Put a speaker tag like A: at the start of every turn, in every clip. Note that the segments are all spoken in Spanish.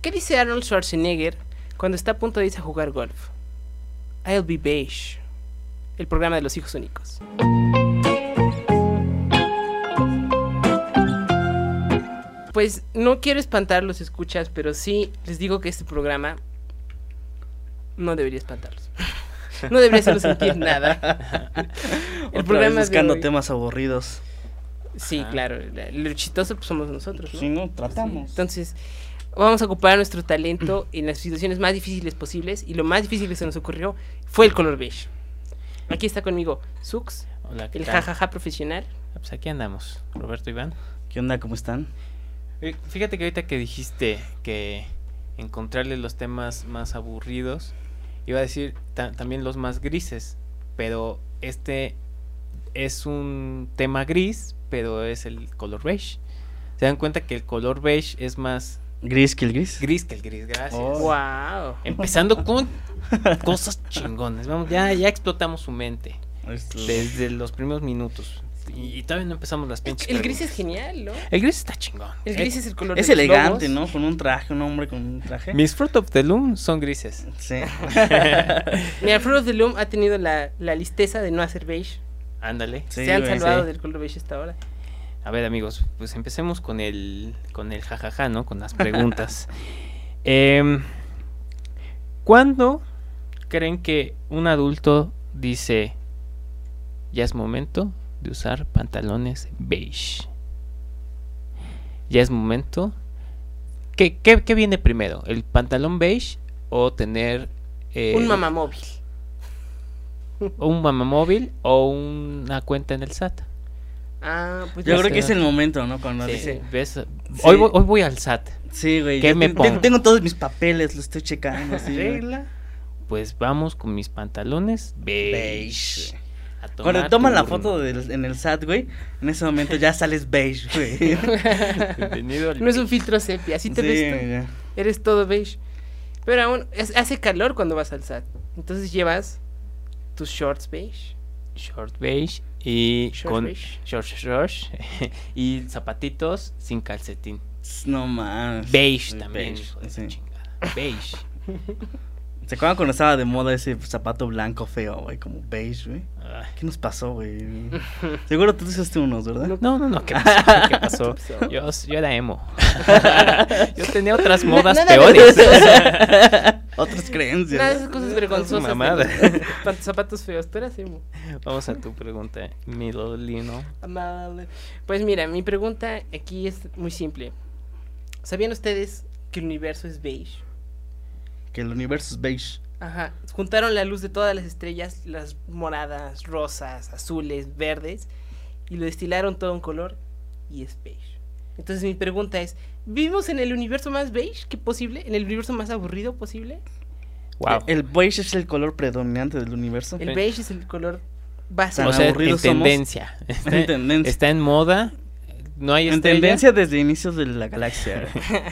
A: ¿Qué dice Arnold Schwarzenegger cuando está a punto de irse a jugar golf? I'll be beige. El programa de los hijos únicos. Pues no quiero espantar los escuchas, pero sí les digo que este programa no debería espantarlos. No debería hacerlos sentir nada.
B: El programa
A: de
B: buscando
A: hoy-
B: temas aburridos.
A: Sí, claro. la- Lo chistoso pues, somos nosotros, ¿no?
B: Sí, no,
A: Sí,
B: tratamos.
A: Entonces, vamos a ocupar nuestro talento en las situaciones más difíciles posibles. Y lo más difícil que se nos ocurrió fue el color beige. Aquí está conmigo Sux,
C: Hola, ¿qué
A: el
C: tal?
A: jajaja profesional.
C: Ah, Pues aquí andamos, Roberto Iván.
B: ¿Qué onda? ¿Cómo están?
C: Eh, Fíjate que ahorita que dijiste que encontrarle los temas más aburridos, iba a decir ta- también los más grises, pero este es un tema gris, pero es el color beige. Se dan cuenta que el color beige es más
B: ¿Gris que el gris?
C: gris que el gris, gracias.
B: Oh.
A: ¡Wow!
C: Em, Empezando con cosas chingones. Vamos, ya, ya explotamos su mente
B: Es-
C: desde los primeros minutos. Y, y todavía no empezamos las pinches.
A: El gris
C: preguntas.
A: es genial, ¿no?
C: El gris está chingón. Eh,
A: El gris es el color
B: Es
A: de los
B: elegante,
A: lobos.
B: ¿no? Con un traje, un hombre con un traje.
C: Mis Fruit of the Loom son grises.
B: Sí.
A: Mira, Fruit of the Loom ha tenido la, la listeza de no hacer beige.
C: Ándale.
B: Sí,
A: se han
B: güey,
A: salvado
B: sí.
A: del color beige hasta ahora.
C: A ver, amigos, pues empecemos con el con el jajaja, ¿no? Con las preguntas. Em, ¿Cuándo creen que un adulto dice ya es momento de usar pantalones beige? Ya es momento. ¿Qué, qué- qué viene primero? ¿El pantalón beige o tener eh,
A: Un mamamóvil.
C: un mamamóvil o una cuenta en el SAT?
A: Ah, pues
B: Yo
A: no
B: creo
A: sé.
B: que es el momento, ¿no? Cuando
C: Sí,
B: dice.
C: ves, Hoy, voy,
B: Sí.
C: hoy voy al SAT.
B: Sí, güey.
C: ¿Qué
B: yo
C: me
B: ten-
C: pongo?
B: Tengo todos mis papeles, lo estoy checando. Sí, güey.
C: Pues vamos con mis pantalones beige.
B: Beige.
C: a tomar
B: Cuando toman la
C: turno.
B: foto del- en el SAT, güey, en ese momento ya sales beige, güey.
C: Bienvenido al-
A: No es un filtro sepia, así te
B: Sí,
A: ves tú.
B: ya.
A: Eres todo beige. Pero aún es- hace calor cuando vas al SAT. Entonces llevas tus shorts beige.
C: short beige y
A: Short
C: con
A: beige.
C: short, short, short, y zapatitos sin calcetín.
B: No mames.
C: Beige
B: Sí,
C: también,
B: beige,
C: hijo de
B: sí.
C: la chingada. Beige.
B: ¿Se acuerdan cuando estaba de moda ese zapato blanco feo, güey? Como beige, güey.
C: Ay.
B: ¿Qué nos pasó, güey? Seguro tú usaste unos, ¿verdad?
C: No, no, no, ¿qué pasó? ¿Qué pasó? Yo, yo era emo. yo tenía otras modas
A: nada
C: peores.
B: Otras
A: Nada de
B: creencias.
A: esas cosas vergonzosas. de
C: mamada.
A: los pa- zapatos feos. Tú eras emo.
C: Vamos a tu pregunta, mi Lolino.
A: Amable. Pues mira, mi pregunta aquí es muy simple. ¿Sabían ustedes que el universo es beige?
B: Que el universo es beige.
A: Ajá. Juntaron la luz de todas las estrellas, las moradas, rosas, azules, verdes, y lo destilaron todo en color y es beige. Entonces mi pregunta es, ¿vivimos en el universo más beige que posible? ¿En el universo más aburrido posible?
C: Wow.
B: El beige es el color predominante del universo.
A: El
C: Ok.
A: beige es el color
B: Tan
A: básico.
C: o sea, en
B: aburridos somos.
C: tendencia. Está,
B: En tendencia.
C: está en moda. No este- hay
B: En
C: estrella.
B: tendencia desde inicios de la galaxia.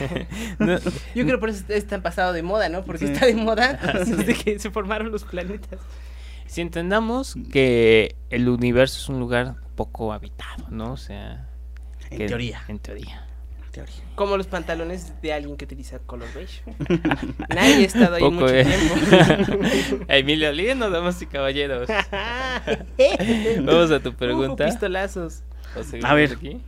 C: No,
A: Yo creo por eso es tan pasado de moda, ¿no? Porque
B: Sí.
A: está de moda desde que se formaron los planetas.
C: si entendamos que el universo es un lugar poco habitado, ¿no? O sea. que-
B: en teoría.
C: En teoría.
B: En teoría.
A: Como los pantalones de alguien que utiliza color beige. Nadie ha estado ahí
C: Poco,
A: mucho
C: eh.
A: tiempo.
C: Emilio Lino, damas y caballeros.
A: Vamos
C: Vamos a tu pregunta.
A: pistolazos.
C: ¿O seguimos
B: Uh, A ver.
C: aquí?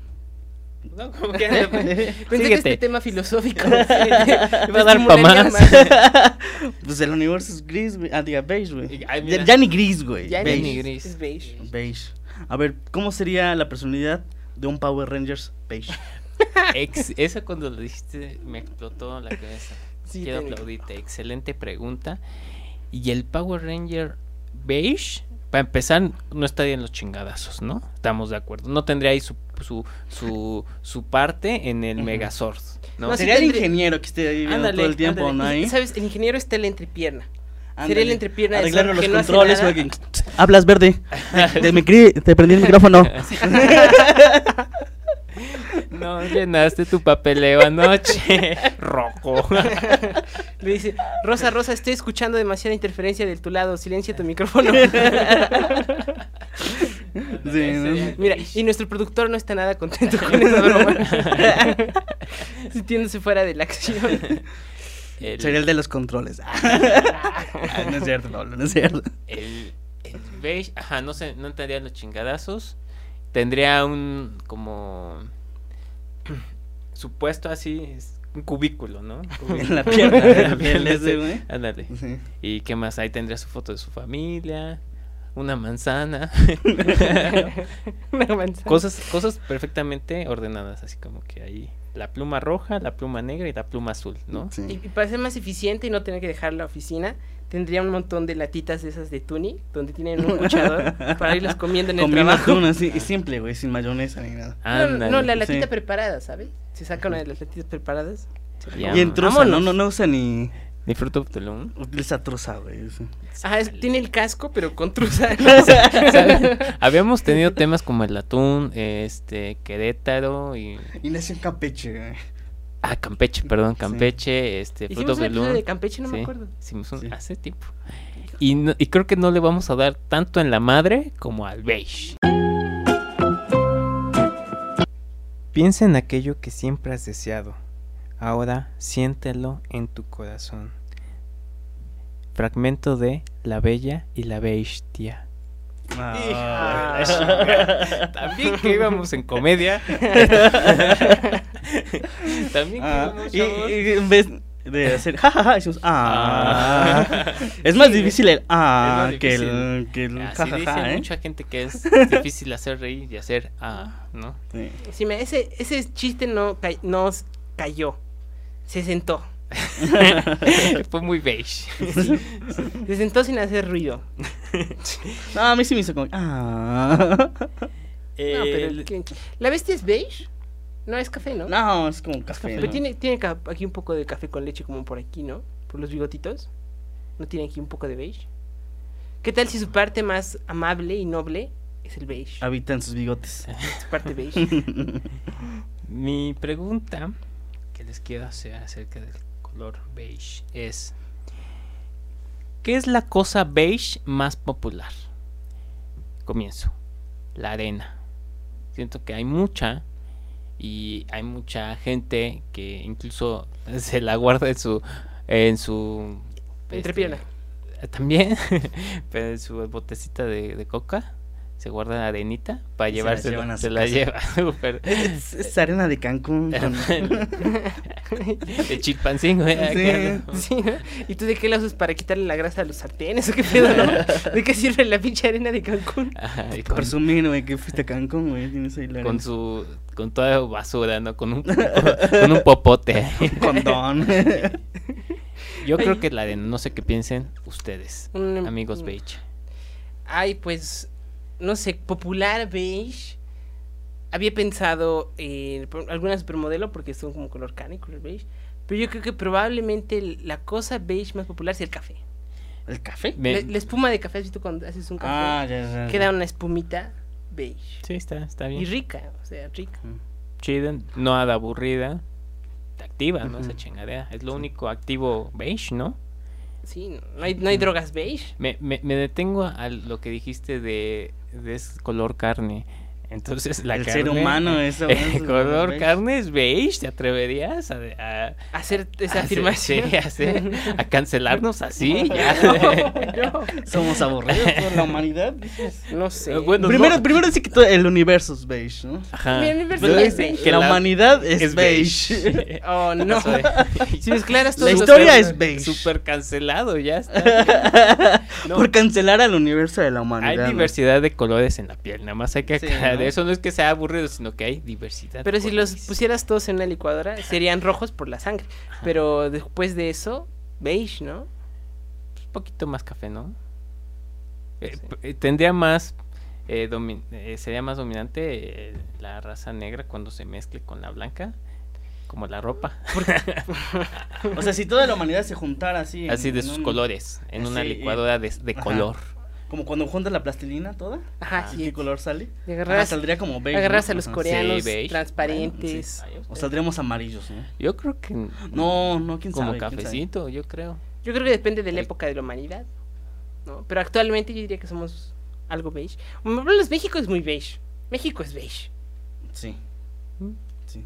C: No, como que- Síguete.
A: Pensé que este tema filosófico me
C: va a dar pa'
A: estimularía
C: más.
B: Pues el universo es gris, güey. Ah, diga, beige, güey.
C: Ay, mira.
B: Ya, ya ni gris, güey.
A: Ya
C: Beige.
A: ni
B: Beige.
C: gris.
A: Es beige.
B: Beige. A ver, ¿cómo sería la personalidad de un Power Rangers beige?
C: Ex- eso cuando lo dijiste me explotó la cabeza.
A: Sí,
C: Quiero
A: te-
C: aplaudirte. Excelente pregunta. Y el Power Ranger beige, para empezar, no estaría en los chingadazos, ¿no? Estamos de acuerdo. No tendría ahí su, su, su, su parte en el
B: Ujú.
C: Megazord, ¿no?
A: No, sí
B: sería el
A: tendría-
B: ingeniero que esté ahí viendo
C: Ándale,
B: todo el tiempo,
C: ándale.
B: ¿no? Ahí.
A: ¿Sabes? El ingeniero está en la entrepierna.
B: Ándale.
A: Sería el entrepierna de
B: Arreglarle
A: Zorro
B: los
A: que no hace
B: controles,
A: nada.
B: güey. Hablas verde. Te, te me cri- te prendí el micrófono.
C: No llenaste tu papeleo anoche, roco.
A: Le dice, Rosa, Rosa, estoy escuchando demasiada interferencia de tu lado, silencia tu micrófono.
B: Sí,
A: Mira, y nuestro productor no está nada contento con esa broma. Sintiéndose fuera de la acción.
C: el-
B: Sería el de los controles. Ah, no es cierto, Pablo, no es cierto.
C: el, el beige, ajá, no sé, no tendría los chingadazos. Tendría un como supuesto así, es un cubículo, ¿no? Un
B: En
C: cubículo.
B: la pierna, en la
C: La
B: piel
C: pierna,
B: ese,
C: sí.
B: güey.
C: Ándale.
B: Sí.
C: ¿Y qué más? Ahí tendría su foto de su familia, una manzana,
A: Una manzana.
C: cosas, cosas perfectamente ordenadas, así como que ahí la pluma roja, la pluma negra y la pluma azul, ¿no?
B: Sí.
A: Y, y para ser más eficiente y no tener que dejar la oficina, tendría un montón de latitas de esas de Tuni, donde tienen un cuchador para irlas comiendo en el
B: Combina
A: trabajo.
B: una así, y simple, güey, sin mayonesa ni nada.
A: No, no,
C: Ándale.
A: no, la latita
B: sí.
A: preparada, ¿sabes? Se saca una de las latitas preparadas. se la
C: Ya.
A: come.
B: Y en trusa, no,
A: Vámonos.
B: no, no usa ni.
C: Ni Fruit of the Loom.
B: Utiliza trusa, güey. sí.
A: Ajá, es- tiene el casco, pero con trusa.
C: ¿Saben? Habíamos tenido temas como el atún, este, Querétaro y...
B: Y nació en Campeche, güey.
C: Ah, Campeche, perdón, Campeche, este,
A: Hicimos
C: Fruto
A: un
C: de
A: episodio de Campeche, no me acuerdo.
C: Hicimos un-
B: Sí.
C: hace tiempo. Y, no- y creo que no le vamos a dar tanto en la madre como al beige. Piensa en aquello que siempre has deseado. Ahora siéntelo en tu corazón. Fragmento de La Bella y la Bestia.
B: Ah,
A: Hija.
B: güey, la
C: Ah, También que íbamos en comedia. También que
B: Ah,
C: íbamos
B: y,
C: chavos.
B: y en vez de hacer jajaja, decimos ah.
C: Ah.
B: Es más difícil el ah
C: Es más
B: que el,
C: difícil. Ah,
B: que el
C: Así
B: jajaja,
C: dice
B: ¿eh?
C: mucha gente que es difícil hacer reír y hacer ah, ¿no?
B: Sí.
A: Sí, me- ese, ese chiste no, ca- no s- cayó. Se sentó.
C: Fue muy beige.
A: Se sentó sin hacer ruido.
B: No, a mí sí me hizo como ah. Eh,
A: No, pero
C: El-
A: ¿quién- quién- La bestia es beige. No es café, ¿no?
B: No, es como café.
A: Pero
B: ¿no?
A: tiene, tiene ca- aquí un poco de café con leche como por aquí, ¿no? Por los bigotitos. ¿No tiene aquí un poco de beige? ¿Qué tal si su parte más amable y noble es el beige?
B: Habita en sus bigotes.
A: Su parte beige.
C: Mi pregunta que les quiero hacer acerca del color beige es ¿Qué es la cosa beige más popular? Comienzo. La arena. Siento que hay mucha y hay mucha gente que incluso se la guarda en su en su
A: Entrepierna.
C: este, también pero en su botecita de, de coca se guarda la arenita para
B: Y se la
C: llevarse
B: llevan a
C: se
B: su
C: la
B: casa.
C: lleva súper.
B: Es, es arena de Cancún. con-
C: De Chilpancingo, ¿eh? Acá, ¿no?
A: Sí, ¿no? ¿Y tú de qué la usas para quitarle la grasa a los sartenes o qué pedo, no? ¿De qué sirve la pinche arena de Cancún?
C: Ajá, y
B: Te
C: con,
B: Presumir, güey, que fuiste a Cancún, güey. Tienes ahí la
C: con
B: arena.
C: su. con toda basura, ¿no? Con un, con un popote.
B: condón.
C: Yo creo que la de no sé qué piensen ustedes,
A: Un- em-
C: amigos
A: un-
C: beige.
A: Ay, pues, no sé, popular beige. Había pensado en por- alguna supermodelo porque son como color carne, color beige. Pero yo creo que probablemente el- la cosa beige más popular sea el café.
B: ¿El café?
C: Me-
A: La, la espuma de café, si tú cuando haces un
B: Ah,
A: café,
B: ya, ya, ya.
A: queda una espumita beige.
C: Sí, está, está
A: Y
C: bien.
A: rica, o sea, rica.
B: Mm.
C: Chida, no nada aburrida. Te activa, ¿no? Esa
B: Ujú.
C: chingadera. Es lo único activo beige, ¿no?
A: Sí, no, no hay, no hay drogas beige.
C: Me, me- me detengo a lo que dijiste de, de es color carne. Entonces, la
B: el
C: carne.
B: ser humano, eso.
C: Eh,
B: eso,
C: color
B: güey.
C: carne es beige, ¿te atreverías a, a-
A: Hacer
C: a
B: Ah,
A: esa
C: hacer-
A: afirmación.
C: sí, a, hacer- a cancelarnos así? ya?
A: No,
B: Somos aburridos por la humanidad.
A: no, no sé.
C: Eh, bueno,
B: primero,
C: no.
B: primero dice que todo el universo es beige, ¿no?
C: Ajá.
A: Mi universo
C: Luego
A: es
C: dicen
A: beige.
C: que
B: la, humanidad es,
C: Ah, es
B: beige.
C: beige.
A: Oh, no.
C: Soy-
A: Si mezclaras todos
B: La
A: los
B: historia
A: términos.
B: es beige.
C: Super cancelado, ya está. No,
B: Por cancelar al universo de la
C: hay
B: humanidad. ¿no?
C: diversidad de colores en la piel, nada más hay que
B: Sí,
C: aclarar.
B: ¿no?
C: Eso no es que sea aburrido, sino que hay diversidad.
A: Pero
C: de
A: si los
C: colores.
A: pusieras todos en una licuadora, serían rojos por la sangre. Pero después de eso, beige, ¿no?
C: un poquito más café, ¿no? Eh, p- eh, tendría más. eh, domi- eh, sería más dominante eh, la raza negra cuando se mezcle con la blanca, como la ropa,
B: O sea, si toda la humanidad se juntara así. en-
C: así de
B: en
C: sus
B: un-
C: colores, en una
B: Sí, y-
C: licuadora de, de
B: ajá.
C: color.
B: Como cuando juntas la plastilina toda.
A: Ajá,
B: ¿y Ah, ¿Qué
A: Ah, sí.
B: color sale?
A: Y
B: Ah,
A: agarras,
B: saldría como beige.
A: agarras
B: ¿no?
A: a los
B: Ajá.
A: coreanos
C: Sí, beige.
A: transparentes.
B: Bueno, sí. O saldríamos amarillos, ¿no?
C: Yo creo que n-
B: No, no, quién
C: como
B: sabe. quién sabe.
C: cafecito, yo creo.
A: Yo creo que depende de la época de la humanidad, ¿no? Pero actualmente yo diría que somos algo beige. Mm, Los México es muy beige. México es beige.
B: Sí.
C: ¿Mm?
B: Sí.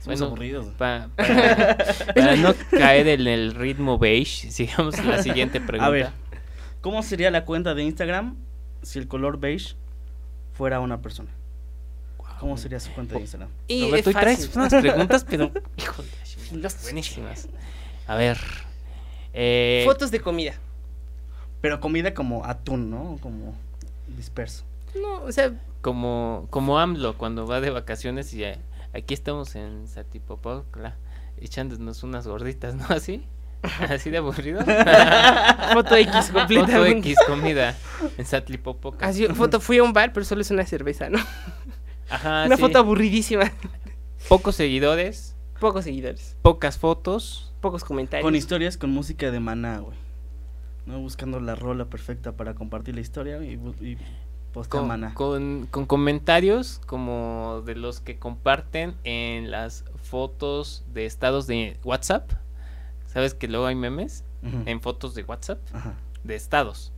B: Somos
C: Bueno,
B: aburridos.
C: Pa- para, para no caer en el ritmo beige, sigamos con la siguiente pregunta.
B: A ver, ¿cómo sería la cuenta de Instagram si el color beige fuera una persona? ¿Cómo sería su cuenta
C: Oh.
B: de Instagram?
A: Y
C: Roberto, hoy
A: es fácil.
C: traes unas preguntas, pero híjole,
A: Filósofo.
C: buenísimas. A ver. eh,
A: Fotos de comida.
B: Pero comida como atún, ¿no? Como disperso.
A: No, o sea,
C: como, como AMLO cuando va de vacaciones y eh, aquí estamos en Satipopocla echándonos unas gorditas, ¿no? Así, así de aburrido.
A: foto X completa.
C: Foto X comida en Satlipopoca.
A: Así, foto, fui a un bar, pero solo es una cerveza, ¿no?
C: Ajá,
A: una
C: Ah, sí.
A: foto aburridísima.
C: Pocos seguidores,
A: Pocos seguidores,
C: pocas fotos.
A: pocos
C: Eh,
A: comentarios.
B: Con historias con música de maná, güey. ¿No? Buscando la rola perfecta para compartir la historia y, bu- y postear
C: Con,
B: maná.
C: con, con comentarios como de los que comparten en las fotos de estados de WhatsApp. ¿Sabes que luego hay memes
B: Ujú.
C: en fotos de WhatsApp?
B: Ajá.
C: de estados.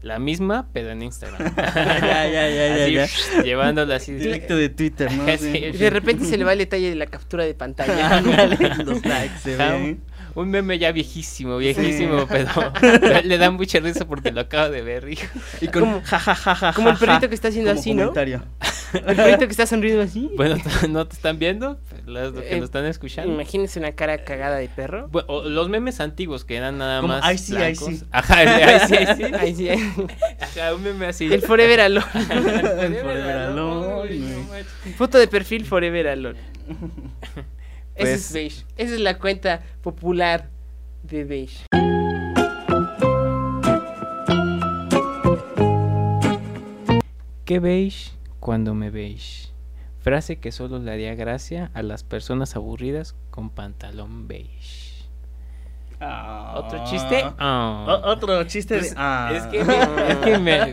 C: La misma, pero en Instagram.
B: Ya, ya, ya, ya,
C: Así,
B: ya.
C: psh, llevándola así. de-
B: Directo de Twitter, ¿no?
C: Sí,
B: Sí.
A: Y de repente se le va el detalle de la captura de pantalla.
B: Ándale, los likes se
C: Ah,
B: ven.
C: Un meme ya viejísimo, viejísimo, pero le da mucha risa porque lo acabo de ver. hijo.
B: Y con ja, ja, ja, ja,
A: Como el
B: ja,
A: perrito que está haciendo
B: como
A: así, ¿no?
B: comentario.
A: El perrito que está sonriendo así.
C: Bueno, no te están viendo, pero los que
A: Eh,
C: nos están escuchando.
A: Imagínense una cara cagada de perro.
C: Bu- o los memes antiguos que eran nada
B: Como,
C: más.
B: "Ay, sí, ay,
C: blancos".
B: sí.
C: Ajá, el de, "Ay, sí, ay, sí".
A: Ahí sí, ahí.
C: Ajá, un meme así.
A: El Forever Alone.
B: El Forever Alone,
C: Ay, no
B: güey.
C: manches.
A: Foto de perfil Forever Alone. Ese
C: Pues-
A: es Beige. Esa es la cuenta popular de Beige.
C: ¿Qué veis cuando me veis? Frase que solo le haría gracia a las personas aburridas con pantalón beige. ¿Otro chiste? Ah.
B: O- otro chiste de.
C: Pues,
B: ah.
C: Es que, me- es que me-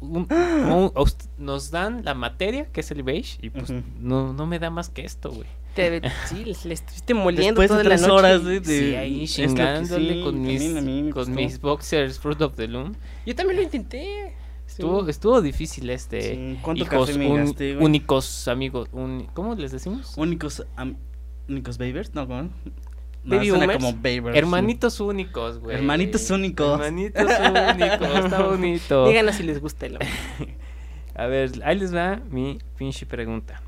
C: un- un- aus- nos dan la materia, que es el beige, y pues
B: Ujú.
C: no, no me da más que esto, güey.
A: Te, sí, le le estuviste moliendo
B: Después
A: toda
B: de
A: la
B: tres
A: noche.
B: horas ¿eh? de, de-
C: Sí, ahí
B: es lo que
C: chingándole
B: sí,
C: con, mis,
B: también a mí me
C: con
B: costó.
C: mis boxers Fruit of the Loom.
A: Yo también lo intenté.
C: Estuvo, estuvo difícil este.
B: Sí, ¿Cuánto
C: hijos
B: café me
C: un-
B: gasté, güey?
C: únicos amigos. un- ¿Cómo les decimos?
B: Únicos. am- únicos Babers, no, ¿cómo? No,
A: Baby
B: suena
A: boomers.
B: como Babers.
C: Hermanitos únicos, güey.
B: Hermanitos únicos.
C: Hermanitos únicos, está bonito.
A: Díganos si les gusta el hombre.
C: A ver, ahí les va mi pinche pregunta.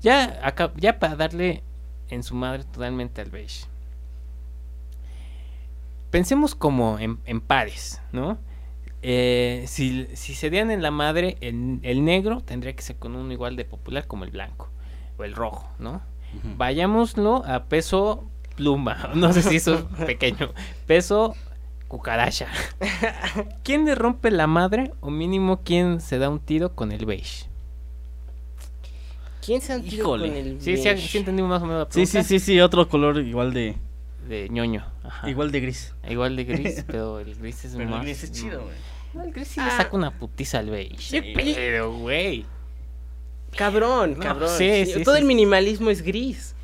C: Ya, acá, ya para darle en su madre totalmente al beige. Pensemos como en, en pares, ¿no? Eh, si, si se dieran en la madre, el, el negro tendría que ser con uno igual de popular como el blanco o el rojo, ¿no?
B: Ujú.
C: Vayámoslo a peso pluma. No sé si eso es pequeño. Peso cucaracha. ¿Quién le rompe la madre o mínimo quién se da un tiro con el beige?
A: ¿Quién se han tirado con
B: Híjole.
A: el
C: Sí, sí,
A: beige?
C: sí entendimos más o menos la
B: Sí,
C: pregunta.
B: sí, sí, sí, otro color igual de.
C: De ñoño. Ajá. Igual.
B: Igual de gris.
C: de gris, pero el gris Ah. es
B: Pero
C: más...
B: el gris es chido, güey.
A: No, el Chris sí
C: Sí
B: Ah,
C: le
A: le
C: saca
A: sacó-
C: una putiza al beige.
A: Sí,
C: pero, güey.
A: Cabrón,
C: No,
A: cabrón.
C: sí,
A: sí.
C: sí,
A: Todo
C: sí,
A: el
C: sí.
A: minimalismo es gris.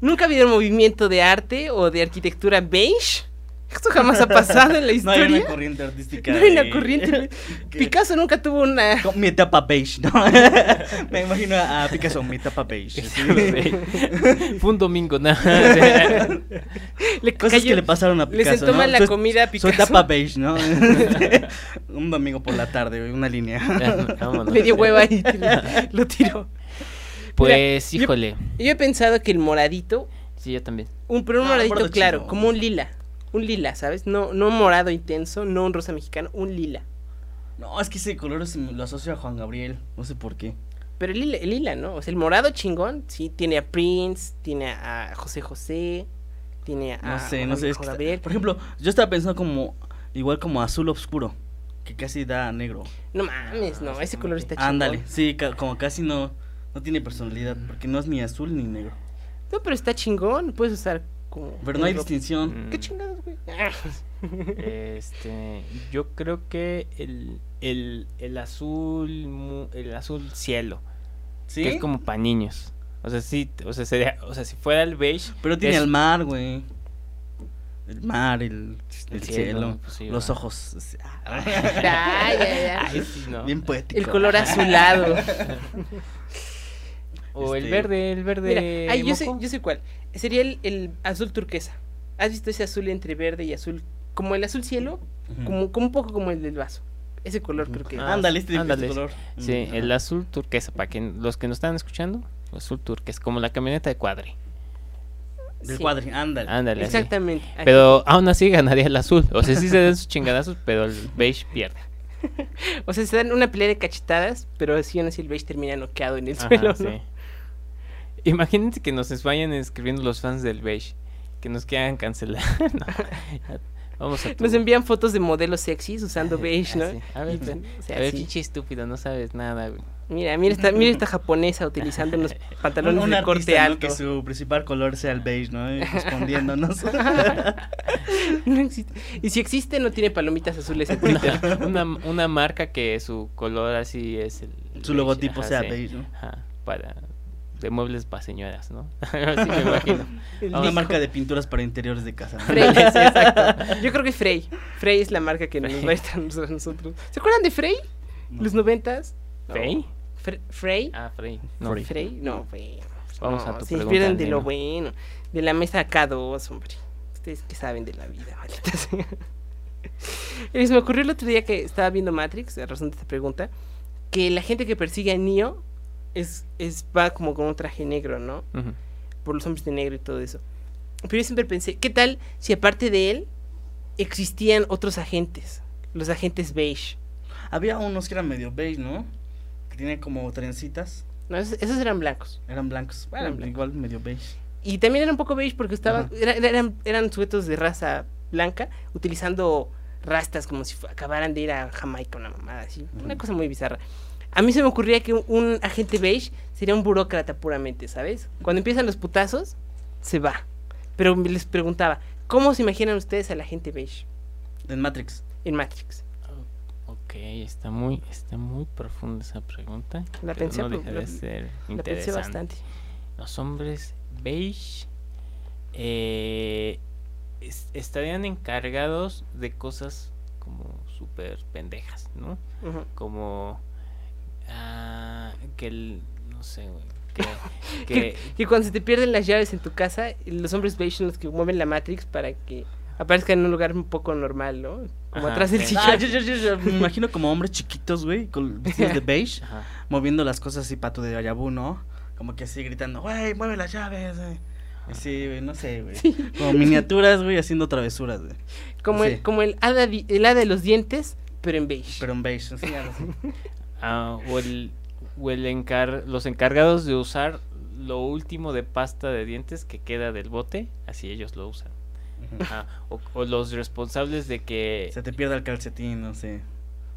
A: ¿Nunca ha habido un movimiento de arte o de arquitectura beige? Esto jamás ha pasado en la
B: No hay
A: historia.
B: una corriente artística.
A: No hay una
B: de-
A: corriente.
B: que-
A: Picasso nunca tuvo una.
B: con mi etapa beige, ¿no? Me imagino a Picasso, mi etapa beige. así.
C: Fue un domingo, nada.
A: Le
B: Cosas
A: cayó-
B: que le pasaron a
A: le
B: Picasso.
A: sentó
B: ¿no?
A: mal la
B: Su-
A: comida a
B: Su
A: Picasso.
B: etapa beige, ¿no? Un domingo por la tarde, güey, una línea.
C: Eh. Vámonos.
A: Le dio hueva y lo tiró.
C: Pues,
A: Mira, yo-
C: híjole.
A: Yo he pensado que el moradito,
C: Sí, yo también.
A: un, pero un
B: No,
A: moradito
B: morado
A: claro,
B: chido.
A: como un lila. Un lila, ¿sabes? No, no un morado intenso, no un rosa mexicano, un lila.
B: No, es que ese color se me- lo asocio a Juan Gabriel. No sé por qué.
A: Pero el lila, el lila, ¿no? O sea, el morado chingón, sí, tiene a Prince, tiene a José José, tiene a
B: No sé, no
A: Ah, Juan-
B: sé.
A: Juan
B: es que está-
A: Gabriel.
B: Por ejemplo, yo estaba pensando como. Igual como azul oscuro. Que casi da a negro.
A: No mames, no,
C: Ah,
A: ese color está chingón.
B: Ándale. Sí, ca- como casi no. No tiene personalidad. Porque no es ni azul ni negro.
A: No, pero está chingón, puedes usar como...
B: Pero no hay
A: como-
C: Mm.
B: distinción.
A: ¿Qué chingados, güey?
C: Este, yo creo que el, el, el azul mu- el azul cielo,
B: ¿Sí?
C: que es como para niños. O sea, sí, o sea, sería, o sea, si fuera el beige,
B: Pero tiene
C: es-
B: el mar, güey. El mar, el, el
C: El cielo,
B: cielo,
C: pues sí,
B: los
C: va.
B: ojos. o sea,
A: ya, ya, ya.
C: Ay, sí, no.
B: Bien poético.
A: El color azulado.
C: O el
B: Este-
C: verde, el verde.
A: Mira, ay, yo, sé,
C: moco.
A: yo sé cuál. Sería el, el azul turquesa. ¿Has visto ese azul entre verde y azul? Como el azul cielo,
B: Ujú.
A: como, como un poco como el del vaso. Ese color creo que...
C: Ah,
B: Ándale, este
C: ándale.
B: ándale. color.
C: Sí,
B: Mm,
C: el
B: ajá.
C: azul turquesa, para que los que nos están escuchando, azul turquesa, como la camioneta de cuadri.
B: Del
A: sí.
B: cuadri, ándale.
C: Ándale. así.
A: Exactamente. así.
C: Pero aún así ganaría el azul. O sea, sí se dan sus chingadazos, pero el beige pierde.
A: O sea, se dan una pelea de cachetadas, pero así aún así el beige termina noqueado en el
C: Ajá,
A: suelo, ¿no?
C: sí. Imagínense que nos vayan escribiendo los fans del beige, que nos quieran cancelar. No, ya. Vamos a tu-
A: Nos envían fotos de modelos sexys usando beige, ¿no?
C: Así. A ver,
A: Ujú.
C: pe-
A: O sea,
C: a ver,
A: sí.
C: pinche estúpido, no sabes nada, güey.
A: Mira, mira esta, mira esta japonesa utilizando unos pantalones
B: Un- un
A: de corte
B: artista, ¿no?
A: alto.
B: Que su principal color sea el beige, ¿no? Y Respondiéndonos.
A: No existe. Y si existe, no tiene palomitas azules en Twitter.
C: Una, una, una marca que su color así es el.
B: Su
C: beige,
B: logotipo
C: ajá,
B: sea
C: sí.
B: beige, ¿no?
C: Ajá, para de muebles para señoras, ¿no? Así Ah, me imagino.
A: El
B: Una
A: disco.
B: marca de pinturas para interiores de casa. ¿no?
A: Frey, sí, exacto. Yo creo que Frey. Frey es la marca que nos va a estar a nosotros. ¿Se acuerdan de Frey?
B: No.
A: ¿Los noventas?
C: ¿Frey?
A: Fre- Frey.
C: Ah, Frey.
A: No,
C: No,
A: Frey. No, Frey.
C: Vamos
A: No,
C: a tu
A: Se
C: pregunta,
A: pierden de
C: Nino.
A: lo bueno. De la mesa K2, hombre. Ustedes que saben de la vida, maldita sea. Y se me ocurrió el otro día que estaba viendo Matrix, a razón de esta pregunta, que la gente que persigue a Neo es, es, va como con un traje negro, ¿no?
C: Ujú.
A: por los hombres de negro y todo eso. Pero yo siempre pensé, ¿qué tal si aparte de él existían otros agentes? Los agentes beige.
B: Había unos que eran medio beige, ¿no? Que tienen como trencitas.
A: No, esos, esos eran blancos.
B: Eran blancos. Bueno,
A: Eran blancos.
B: igual medio beige.
A: Y también eran un poco beige porque estaban,
B: Ajá.
A: era- era- eran, eran sujetos de raza blanca, utilizando rastas como si fu- acabaran de ir a Jamaica, una mamada así. Una
B: Ujú.
A: cosa muy bizarra. A mí se me ocurría que un, un agente beige sería un burócrata puramente, ¿sabes? Cuando empiezan los putazos, se va. Pero me- les preguntaba, ¿cómo se imaginan ustedes al agente beige
B: En Matrix.
A: en Matrix?
C: Ok, está muy, está muy profunda esa pregunta.
A: La
C: pero
A: pensé,
C: no
A: pero
C: deja
A: la-
C: de ser
A: La pensé
C: interesante.
A: bastante.
C: Los hombres beige eh, es- estarían encargados de cosas como súper pendejas, ¿no?
A: Ujú.
C: Como ah, que el, no sé, güey, que-
A: Que,
C: que
A: que cuando se te pierden las llaves en tu casa, los hombres beige son los que mueven la Matrix para que aparezca en un lugar un poco normal, ¿no? Como
C: Ajá,
A: atrás del
C: ok.
A: sillón.
B: Ah, yo, yo, yo, yo me imagino como hombres chiquitos, güey, con vestidos de beige,
C: Ajá.
B: moviendo las cosas así pato de Ayabu, ¿no? Como que así gritando, güey, mueve las llaves, güey. Sí, güey, no sé, güey. Como miniaturas, güey, haciendo travesuras, güey.
A: como el,
B: sí.
A: como el hada, di- el hada de los dientes, pero en beige.
B: Pero en beige, así, algo así.
C: Ah, o el, o el encar- los encargados de usar lo último de pasta de dientes que queda del bote, así ellos lo usan.
B: Ujú.
C: Ah, o, o los responsables de que
B: Se te pierde el calcetín, no sé.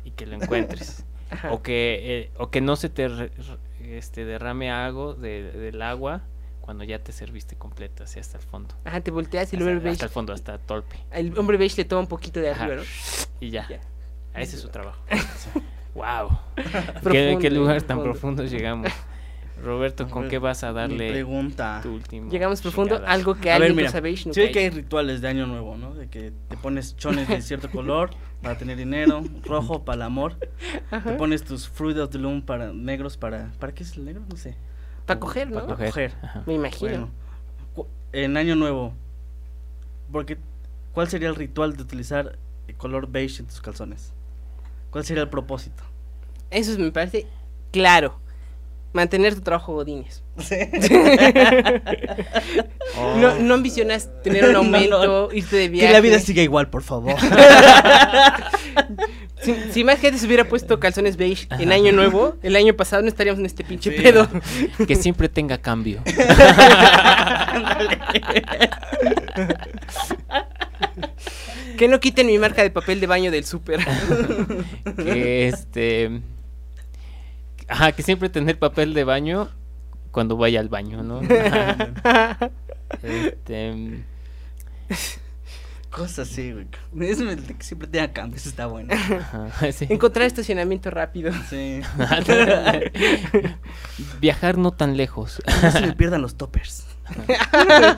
C: y que lo encuentres.
A: Ajá.
C: o que eh, o que no se te re- re- este, derrame algo de- del agua cuando ya te serviste completo, así hasta el fondo.
A: Ajá, te volteas y el
C: hasta,
A: hombre beige.
C: hasta el fondo, hasta torpe.
A: El hombre beige le toma un poquito de
C: Ajá.
A: arriba, ¿no?
C: Y ya.
A: Ya.
C: Ese es su trabajo. wow. ¿Qué,
A: Profundo,
C: qué lugar tan
A: profundo.
C: profundo llegamos. Roberto, ¿con
B: Hombre,
C: qué vas a
B: Mi
C: darle
B: pregunta.
C: tu último.
A: Ah, Llegamos profundo,
C: chingadazo.
A: algo que
B: A ver,
A: alguien que
B: mira,
A: usa beige nunca
B: Sí,
A: ha
B: ve que hay
A: hecho.
B: rituales de año nuevo, ¿no? De que te pones chones de cierto color para tener dinero, rojo para el amor, te pones tus Fruit of the Loom para negros para... ¿Para qué es el negro? No sé.
A: Para coger, ¿no?
B: Pa' coger.
C: Ajá.
A: Me imagino.
B: Bueno, cu- en año nuevo, porque ¿cuál sería el ritual de utilizar el color beige en tus calzones? ¿Cuál sería el propósito?
A: Eso me parece claro. Mantener tu trabajo, Godínez. No, no ambicionas tener un
B: No, no.
A: aumento, irte de viaje.
B: Que la vida siga igual, por favor.
A: Si, si más gente se hubiera puesto calzones beige en año nuevo, el año pasado no estaríamos en este pinche
B: Sí.
A: pedo.
C: Que siempre tenga cambio.
A: Que no quiten mi marca de papel de baño del súper.
C: que este. Ajá, que siempre tener papel de baño cuando vaya al baño, ¿no? Este,
B: Cosas así, güey. Es el de que siempre tenga cambios, está bueno.
C: ajá, sí.
A: Encontrar estacionamiento rápido.
B: Sí.
C: Viajar no tan lejos.
B: No se me pierdan los toppers.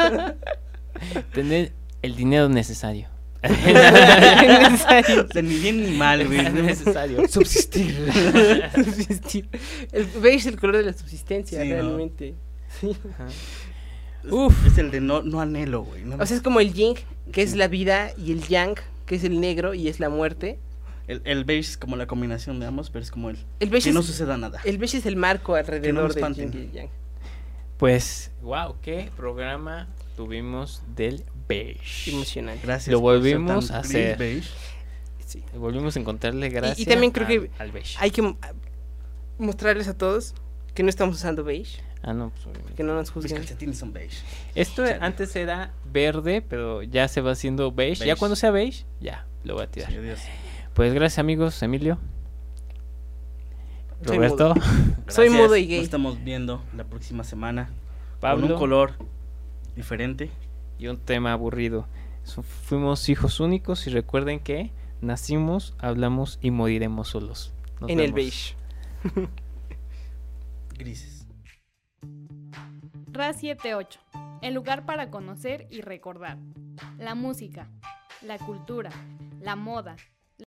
C: Tener el dinero necesario.
A: Necesario.
B: O sea, ni bien ni mal, güey.
A: Es necesario.
B: Subsistir.
A: Subsistir. El beige es el color de la subsistencia,
B: Sí, ¿no?
A: realmente. Sí.
C: Ajá.
A: Uf.
B: Es el de no, no anhelo, güey. no
A: O sea, es como el yin, que es la vida, y el yang, que es el negro y es la muerte.
B: El, el beige es como la combinación de ambos, pero es como el
A: El beige,
B: que no
A: es,
B: suceda nada.
A: el beige es el marco alrededor del
B: espanten.
A: yin y el yang.
C: Pues, wow, qué programa tuvimos del beige.
A: Emocionante.
B: Gracias.
C: Lo
B: por ser tan
C: volvimos a
B: gris
C: hacer.
B: beige.
A: Sí.
C: Volvimos a encontrarle gracias.
A: también creo
C: al-
A: que
C: al beige.
A: Hay que mo- mostrarles a todos que no estamos usando beige,
C: Ah, no, pues, obviamente.
A: que no nos
B: Mis
A: juzguen.
B: calcetines son beige.
C: Esto
B: Chale.
C: antes era verde, pero ya se va haciendo beige. Ya
B: Beige.
C: cuando sea beige, ya lo voy a tirar.
B: Sí, adiós.
C: Pues gracias amigos, Emilio.
A: Soy
C: Roberto,
A: Soy
B: Gracias.
A: mudo y gay.
B: Nos estamos viendo la próxima semana
C: Pablo
B: con un color diferente.
C: y un tema aburrido. Su- Fuimos hijos únicos y recuerden que nacimos, hablamos y moriremos solos. Nos
A: en el
C: vemos.
A: beige.
B: Grises.
D: RA 78, el lugar para conocer y recordar. La música, la cultura, la moda,